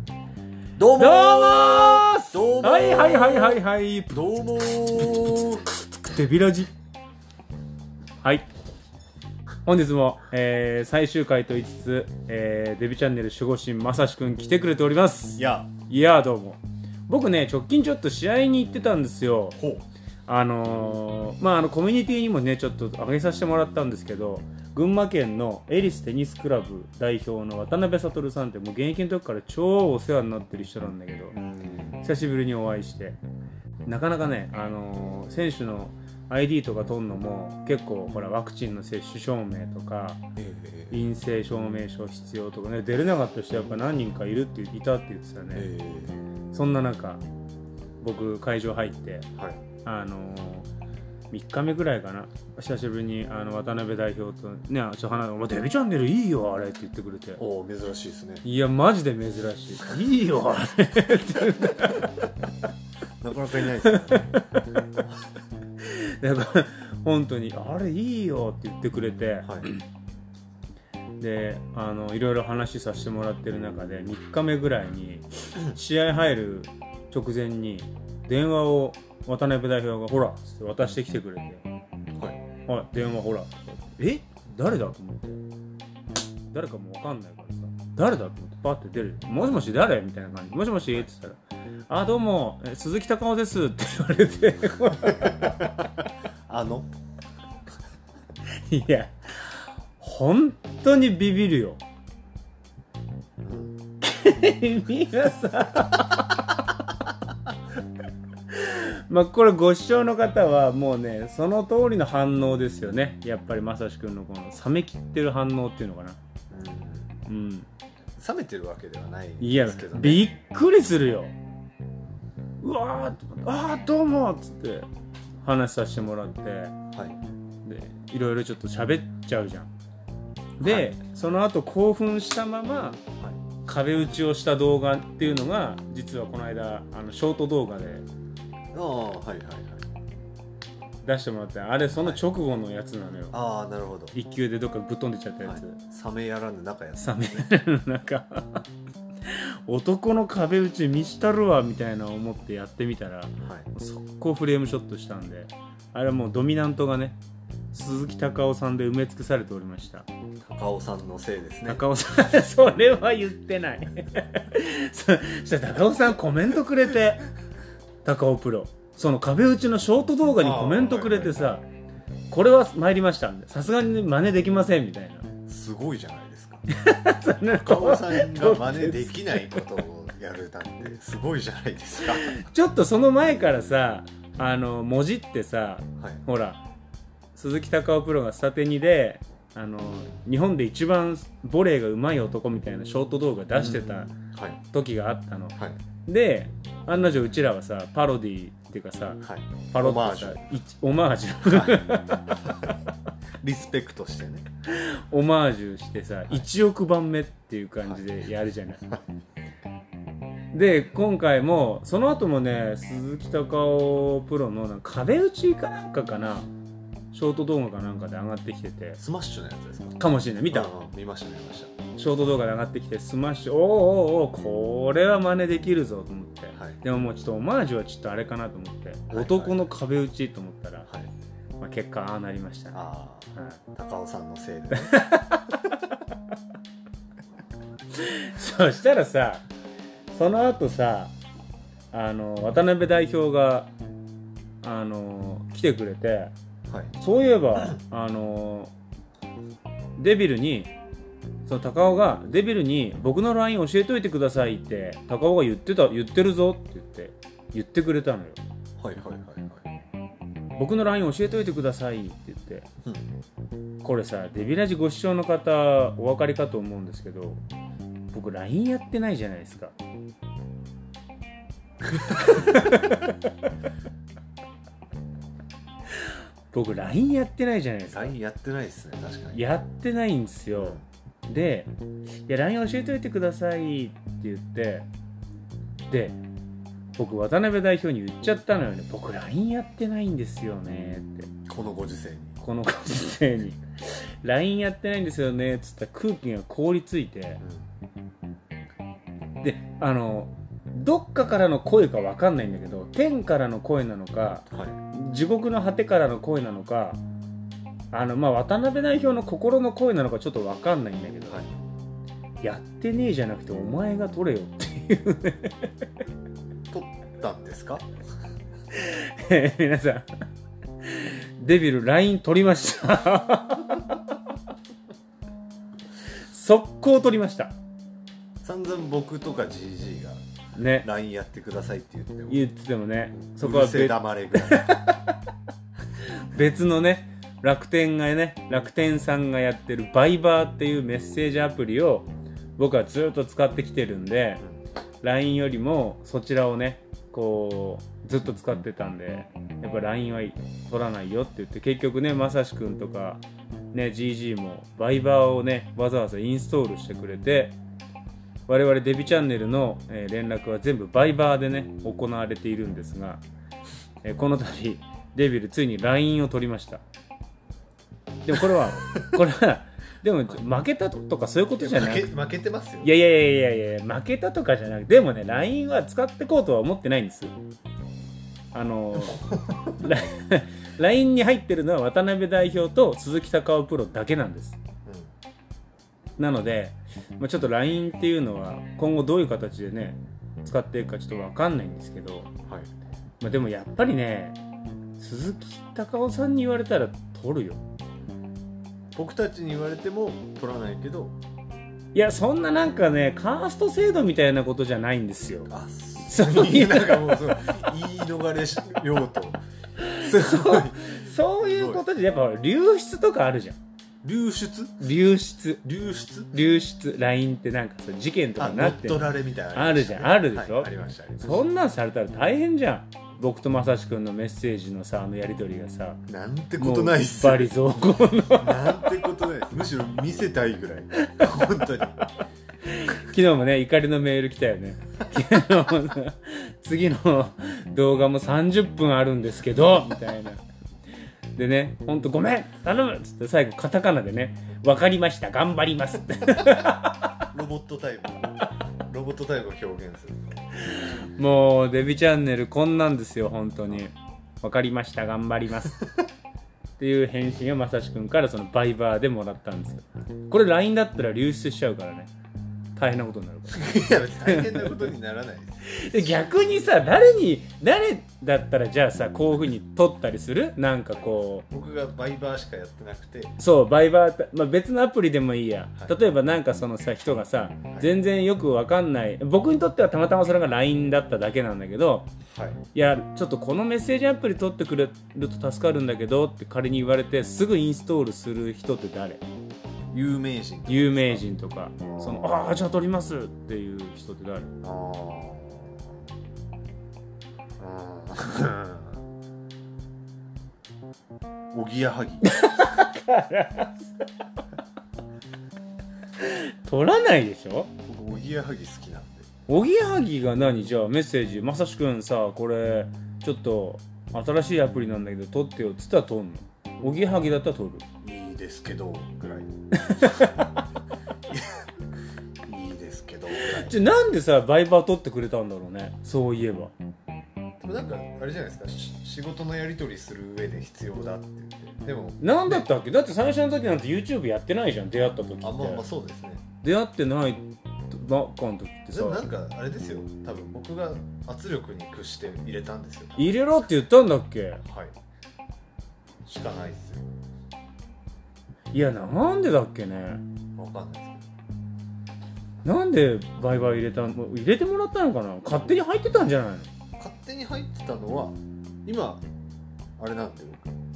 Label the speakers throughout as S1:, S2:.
S1: どうも
S2: どうもー
S1: どうもー
S2: はいはいはいはいはい
S1: どうもー
S2: デビラジはい本日も、えー、最終回と言いつつ、えー、デビチャンネル守護神まさしくん来てくれております
S1: いや
S2: いやーどうも僕ね直近ちょっと試合に行ってたんですよ
S1: ほう
S2: あのーまああのコミュニティにもねちょっと上げさせてもらったんですけど群馬県のエリステニスクラブ代表の渡辺悟さんってもう現役の時から超お世話になってる人なんだけど、久しぶりにお会いしてなかなかね、あのー選手の ID とか取るのも結構ほらワクチンの接種証明とか
S1: えー
S2: 陰性証明書必要とかね出れなかった人やっぱ何人かいるっていたって言ってたね、
S1: えー
S2: そんな中僕会場入って
S1: はい
S2: あのー、3日目ぐらいかな久しぶりにあの渡辺代表と「ねあちょっと花お前デビチャンネルいいよあれ」って言ってくれて
S1: おー珍しいですね
S2: いやマジで珍しい「いいよあれ」
S1: なかなかい ないですね
S2: だから本当に「あれいいよ」って言ってくれ
S1: は
S2: て
S1: い
S2: であのいろいろ話させてもらってる中で3日目ぐらいに試合入る直前に電話を渡辺代表が「ほら」っつって渡してきてくれて
S1: はい
S2: 「はい電話ほら」え誰だ?」と思って誰かも分かんないからさ「誰だ?」と思ってパッて出る「もしもし誰?」みたいな感じ「もしもし?」って言ったら「あどうもえ鈴木隆夫です」って言われて
S1: あの
S2: いや、本当にビビるよ。君がさ、まあこれご視聴の方はもうね、その通りの反応ですよね。やっぱりまさしくんのこの冷めきってる反応っていうのかな。
S1: うん
S2: うん。
S1: 冷めてるわけではない
S2: いや
S1: ですけど、、ね、
S2: びっくりするよ。うわー、あーどうもっつって話させてもらって。
S1: はい
S2: でいろいろちょっと喋っちゃうじゃんで、
S1: はい
S2: その後興奮したまま
S1: はい
S2: 壁打ちをした動画っていうのが実はこの間あのショート動画で
S1: ああはいはいはい
S2: 出してもらってあれその直後のやつなのよ、
S1: ああなるほど
S2: 一球でどっかぶっ飛んでっちゃったや
S1: はい
S2: つ、
S1: 冷めやらぬ中やつ
S2: サメの中 男の壁打ち見したるわみたいな思ってやってみたら
S1: はい
S2: 速攻フレームショットしたんであれはもうドミナントがね鈴木隆夫さんで埋め尽くされておりました
S1: 高尾さんのせいですね
S2: 高尾さんそれは言ってない そしたら高尾さんコメントくれて高尾プロその壁打ちのショート動画にコメントくれてさこれは参りましたさすがに真似できませんみたいな
S1: すごいじゃないですか
S2: そんな
S1: 高尾さんが真似できないことをやるなんてすごいじゃないですか
S2: ちょっとその前からさあの文字ってさ
S1: はい
S2: ほら鈴木隆夫プロがスタテニであの日本で一番ボレーがうまい男みたいなショート動画出してた
S1: はい
S2: 時があったの、
S1: はい
S2: で案の定うちらはさパロディっていうかさ
S1: はい
S2: パロ
S1: オマー
S2: ッと
S1: ジ
S2: さ
S1: ュ
S2: いちオマージュ
S1: リスペクトしてね
S2: オマージュしてさ、1億番目っていう感じでやるじゃない、で今回もその後もね鈴木隆夫プロのなんか壁打ちかなんかかなショート動画かなんかで上がってきてて
S1: スマッシュのやつですか
S2: かもしれない見た、
S1: うん見ました見まし
S2: ショート動画で上がってきてスマッシュおーおーおーこれは真似できるぞと思って、
S1: たはい
S2: でももうちょっとオマージュはちょっとあれかなと思って、
S1: はい
S2: 男の壁打ちと思ったら、
S1: はい
S2: まあ、結果ああなりましたね、
S1: あ
S2: はい
S1: あ高尾さんのせいでね
S2: そしたらさその後さあの渡辺代表があの来てくれて
S1: はい
S2: そういえばあのデビルにその高尾がデビルに僕の LINE 教えといてくださいって高尾が言ってた言ってるぞって言って言ってくれたのよ
S1: はいはいはいはい
S2: 僕の LINE 教えといてくださいって言って
S1: うん
S2: これさデビラジご視聴の方お分かりかと思うんですけど僕 LINE やってないじゃないですか僕 LINE やってないじゃないですか
S1: LINE やってないですね確かに
S2: やってないんですよで「いや LINE 教えといてください」って言ってで僕渡辺代表に言っちゃったのよね「僕 LINE やってないんですよね」って
S1: このご時世に
S2: このご時世に LINE やってないんですよねっつったら空気が凍りついて
S1: う
S2: であのどっかからの声かわかんないんだけど天からの声なのか
S1: は
S2: 地獄の果てからの声なのかあのまあ渡辺代表の心の声なのかちょっとわかんないんだけど、
S1: は
S2: やってねえじゃなくてお前が取れよって
S1: い取ったんですか
S2: え ー皆さん、デビル LINE 取りました。 速攻取りました。
S1: 散々僕とか GG が
S2: ね。
S1: LINE やってくださいって言っても
S2: 言っててもね、そうこは
S1: るせえ
S2: べ
S1: 黙れぐらい
S2: 別のね、楽天がね、楽天さんがやってるバイバーっていうメッセージアプリを僕はずっと使ってきてるんで、LINE よりもそちらをね、こう、ずっと使ってたんで、やっぱ LINE は取らないよって言って、結局ね、まさしくんとか、ね、GG もバイバーをねわざわざインストールしてくれて我々デビチャンネルの、えー連絡は全部バイバーでね行われているんですが、えーこの度デビルついに LINE を取りましたでもこれはこれはでも負けたとかそういうことじゃな
S1: 負け
S2: くて
S1: 負けてますよ
S2: いやいやいやいやいや負けたとかじゃなくてでもね LINE は使ってこうとは思ってないんですよあのラ LINE に入ってるのは渡辺代表と鈴木隆夫プロだけなんです
S1: う
S2: なので、まあ、ちょっと LINE っていうのは今後どういう形でね使っていくかちょっと分かんないんですけど、
S1: んはい
S2: まあ、でもやっぱりね鈴木隆夫さんに言われたら取るよ
S1: 僕たちに言われても取らないけど
S2: いやそんななんかねカースト制度みたいなことじゃないんですよ
S1: あ
S2: そういう
S1: なんかもうその言い逃れしようとすごい
S2: そういうことでやっぱ流出とかあるじゃん
S1: 流出
S2: 流出
S1: 流出
S2: 流出 LINE ってなんかさ事件と
S1: あ
S2: かな
S1: 乗
S2: っ
S1: って取られみたいなのりましたね
S2: あるじゃんあるでしょ
S1: はいありましたありました
S2: そんなんされたら大変じゃん僕とまさしくんのメッセージのさあのやり取りがさ
S1: なんてことないっす
S2: もう
S1: よ
S2: バリ増 高の昨
S1: なんてことないむしろ見せたいぐらい本当に
S2: 日もね怒りのメール来たよね昨日もさ次の動画も30分あるんですけどみたいなでねほんとごめん頼むっつって最後カタカナでね分かりました頑張りますって
S1: ロボットタイムロボットタイムを表現する
S2: もうデビチャンネルこんなんですよ本当にわかりました頑張ります っていう返信をまさしくんからそのバイバーでもらったんですよこれ LINE だったら流出しちゃうからね大変なことになるか
S1: いや別に大変なことにならないです
S2: ら で逆にさ誰に誰だったらじゃあさこういうふうに撮ったりするなんかこ
S1: 僕がバイバーしかやってなくて
S2: うそうバイバーって、まあ、別のアプリでもいいや、
S1: はい
S2: 例えばなんかそのさ人がさ
S1: い
S2: 全然よくわかんない僕にとってはたまたまそれが LINE だっただけなんだけど
S1: はい
S2: いやちょっとこのメッセージアプリ取ってくれると助かるんだけどって仮に言われてすぐインストールする人って誰
S1: 有名人
S2: 有名人とかそのああじゃあ取りますっていう人って誰
S1: あーあーおぎやはぎ
S2: 取らないでしょ
S1: 僕おぎやはぎ好きなんで
S2: おぎやはぎが何じゃあメッセージまさしくんさこれちょっと新しいアプリなんだけど取ってよっつったら取んのおぎやはぎだったら取る
S1: いいですけどぐらいいいですけどぐらい
S2: じゃあなんでさバイバー取ってくれたんだろうねそういえば
S1: でもなんかあれじゃないですかし仕事のやり取りする上で必要だって言ってでも
S2: なんだったっけだって最初の時なんて YouTube やってないじゃん出会った時って
S1: あまあまあそうですね
S2: 出会ってないばっかの時って
S1: で
S2: さ
S1: もなんかあれですよ多分僕が圧力に屈して入れたんですよ
S2: 入れろって言ったんだっけ
S1: はいしかないですよ
S2: いやなんでだっけね
S1: わかんないです
S2: なんでバイバイ入れたの入れてもらったのかな勝手に入ってたんじゃないの
S1: けど勝手に入ってたのは今あれなんで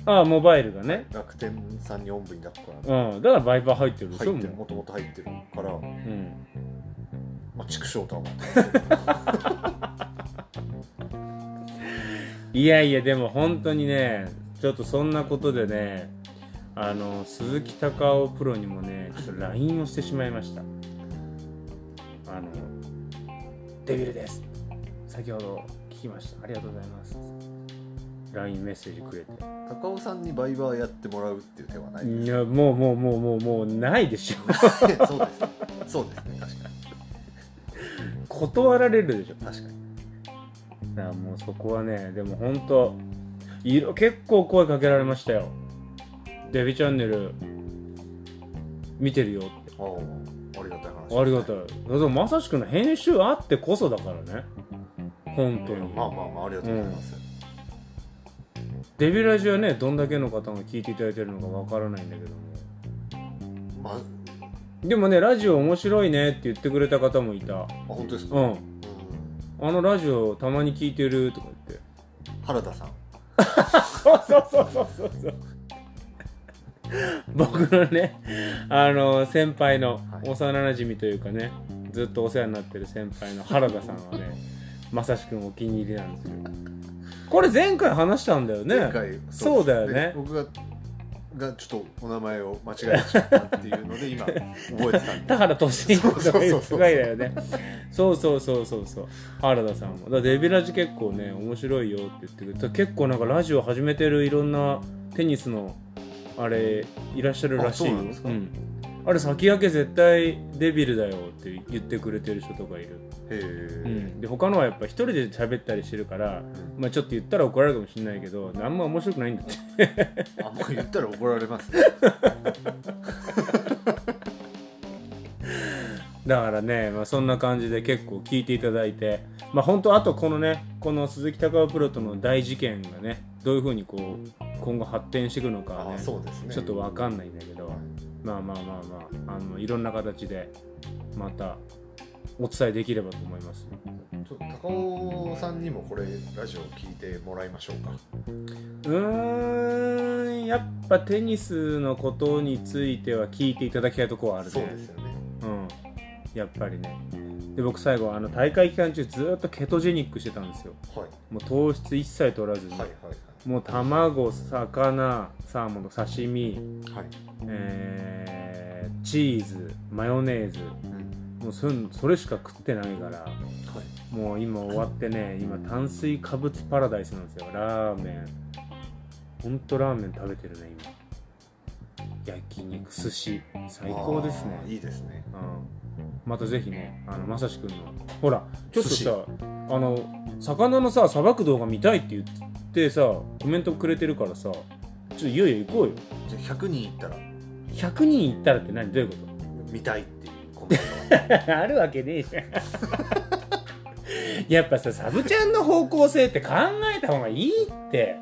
S2: ああモバイルがね
S1: 僕楽天さんにおんぶに抱っこか
S2: うんだからバイバイ入ってるでし
S1: ら
S2: ょ
S1: 入ってる
S2: も
S1: もともと入ってるから、
S2: う、うん、
S1: まあ、畜生とは思って
S2: いやいやでも本当にねちょっとそんなことでねあの鈴木隆夫プロにもねちょっと LINE をしてしまいましたあの「デビルです」先ほど聞きましたありがとうございます LINE メッセージくれて
S1: 高尾さんにバイバーやってもらうっていう手はない
S2: いやもうも うもうもうもうないでしょ
S1: そうですそうですね確かに
S2: 断られるでしょ
S1: 確かに
S2: だからもうそこはねでも本当色結構声かけられましたよ「デビチャンネル見てるよ」って
S1: ああありがたい話ですね
S2: ありがたいでもまさしくの編集あってこそだからね本当に
S1: まあまあまあありがとうございます、
S2: デビラジはねどんだけの方が聞いていただいてるのかわからないんだけども
S1: まあ
S2: でもねラジオ面白いねって言ってくれた方もいた
S1: あ本当ですか、
S2: う
S1: うん
S2: んあのラジオたまに聞いてるとか言って
S1: 原田さん
S2: そうそうそうそうそうそう 僕のねあの先輩の
S1: はい
S2: 幼なじみというかねずっとお世話になってる先輩の原田さんはねまさしくんお気に入りなんですよこれ前回話したんだよね
S1: 前回
S2: そうだよ
S1: で
S2: ね
S1: 僕ががちょっとお名前を間違えてしまったっていうので今覚えて たんで
S2: 田原俊彦とかい
S1: そううそうそうそ
S2: す
S1: う
S2: ごいだよねそうそうそうそうそう原田さんもだからデビラジ結構ね面白いよって言ってくれた結構なんかラジオ始めてるいろんなテニスのあれいらっしゃるらしい
S1: あそ
S2: よ
S1: うなんですか
S2: んあれ先駆け絶対デビルだよって言ってくれてる人とかいる、
S1: へえ、
S2: うん、で他のはやっぱ一人で喋ったりしてるから、
S1: ん
S2: まあ、ちょっと言ったら怒られるかもしれないけどあんま面白くないんだって
S1: あもう言ったら怒られます ね
S2: だからね、まあ、そんな感じで結構聞いていただいて、まあ、本当あとこのねこの鈴木孝夫プロとの大事件がねどういうふうにこう今後発展していくのかは
S1: あ
S2: ね
S1: そうですね
S2: ちょっとわかんないんだけど、
S1: はい
S2: まあまあまあまああのいろんな形でまたお伝えできればと思います
S1: ちょっと高尾さんにもこれラジオ聞いてもらいましょうか
S2: うーんやっぱテニスのことについては聞いていただきたいところはあるね
S1: そうですよね
S2: うん、やっぱりねで僕最後あの大会期間中ずーっとケトジェニックしてたんですよ
S1: はい
S2: もう糖質一切取らずに、
S1: はい
S2: もう卵魚サーモンの刺身、
S1: はいはいはい、
S2: えーチーズマヨネーズ
S1: うん
S2: もうそんそれしか食ってないから
S1: はい
S2: もう今終わってね今炭水化物パラダイスなんですよラーメンほんとラーメン食べてるね今焼肉寿司最高ですね
S1: あーいいですね
S2: うんまたぜひねあのまさしくんのほらちょっと
S1: 寿司
S2: さあの魚のささばく動画見たいって言ってさコメントくれてるからさちょっといよいよ行こうよ
S1: じゃあ100人いったら
S2: 100人いったらって何どういうこ
S1: 見たいっていうコメントが
S2: と あるわけねえじゃんやっぱさサブちゃんの方向性って考えた方がいいって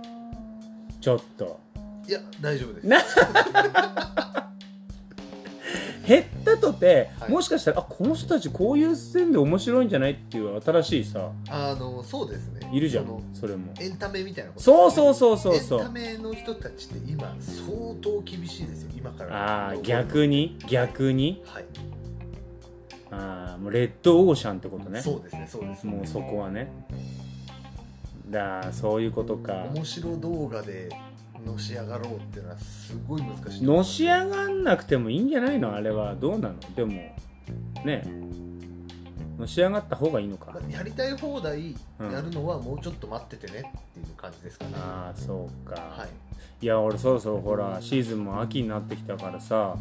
S2: ちょっと
S1: いや大丈夫です
S2: な減ったとて、
S1: はい
S2: もしかしたらあこの人たちこういう線で面白いんじゃないっていう新しいさ
S1: あのそうですね
S2: いるじゃん
S1: その
S2: それも
S1: エンタメみたいなこと
S2: そうそうそうそうそ
S1: エンタ
S2: う
S1: メの人たちって今相当厳しいですよ今から
S2: ああ逆に逆に
S1: はい、
S2: ああもうレッドオーシャンってことね
S1: そうですねそうですね
S2: もうそこはねだーそういうことか
S1: 面白動画でのし上がろうっていうのはすごい難しい
S2: のし上がんなくてもいいんじゃないのあれはどうなのでもねのし上がった方がいいのか
S1: まあやりたい放題
S2: うん
S1: やるのはもうちょっと待っててねっていう感じですかね、
S2: ああそうか、
S1: はい
S2: い、や俺そろそろほらシーズンも秋になってきたからさ
S1: は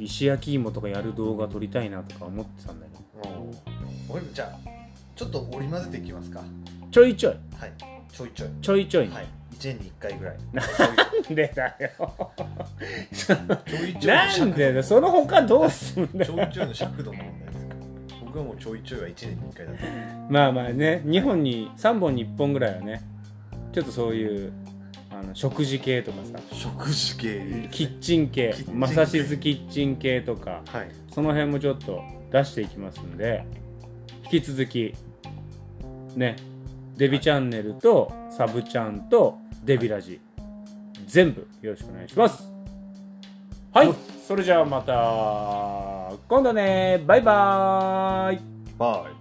S1: い
S2: 石焼き芋とかやる動画撮りたいなとか思ってたんだけど
S1: これじゃあちょっと織り交ぜていきますか
S2: ちょいちょい
S1: はいちょいちょい
S2: ちょいちょい、
S1: はい1年に1回ぐらい
S2: なんでだよ
S1: ちょいちょいの
S2: な
S1: 尺
S2: んでね、その他どうすんだ
S1: ちょいちょいの尺度の問題ですから僕はもうちょいちょいは1年に1回だと
S2: まあまあね、2本に、3本に1本ぐらいはね、ちょっとそういう、あの食事系とかさ、
S1: 食事系いいです
S2: キ
S1: ね
S2: ッチン系
S1: キッチン、系
S2: まさしずキッチン系とか、
S1: はい
S2: その辺もちょっと出していきますんで、引き続き、ね、デビチャンネルとサブチャンとデビラジ、全部よろしくお願いします。はい、それじゃあまた、今度ね、バイバーイ
S1: バイ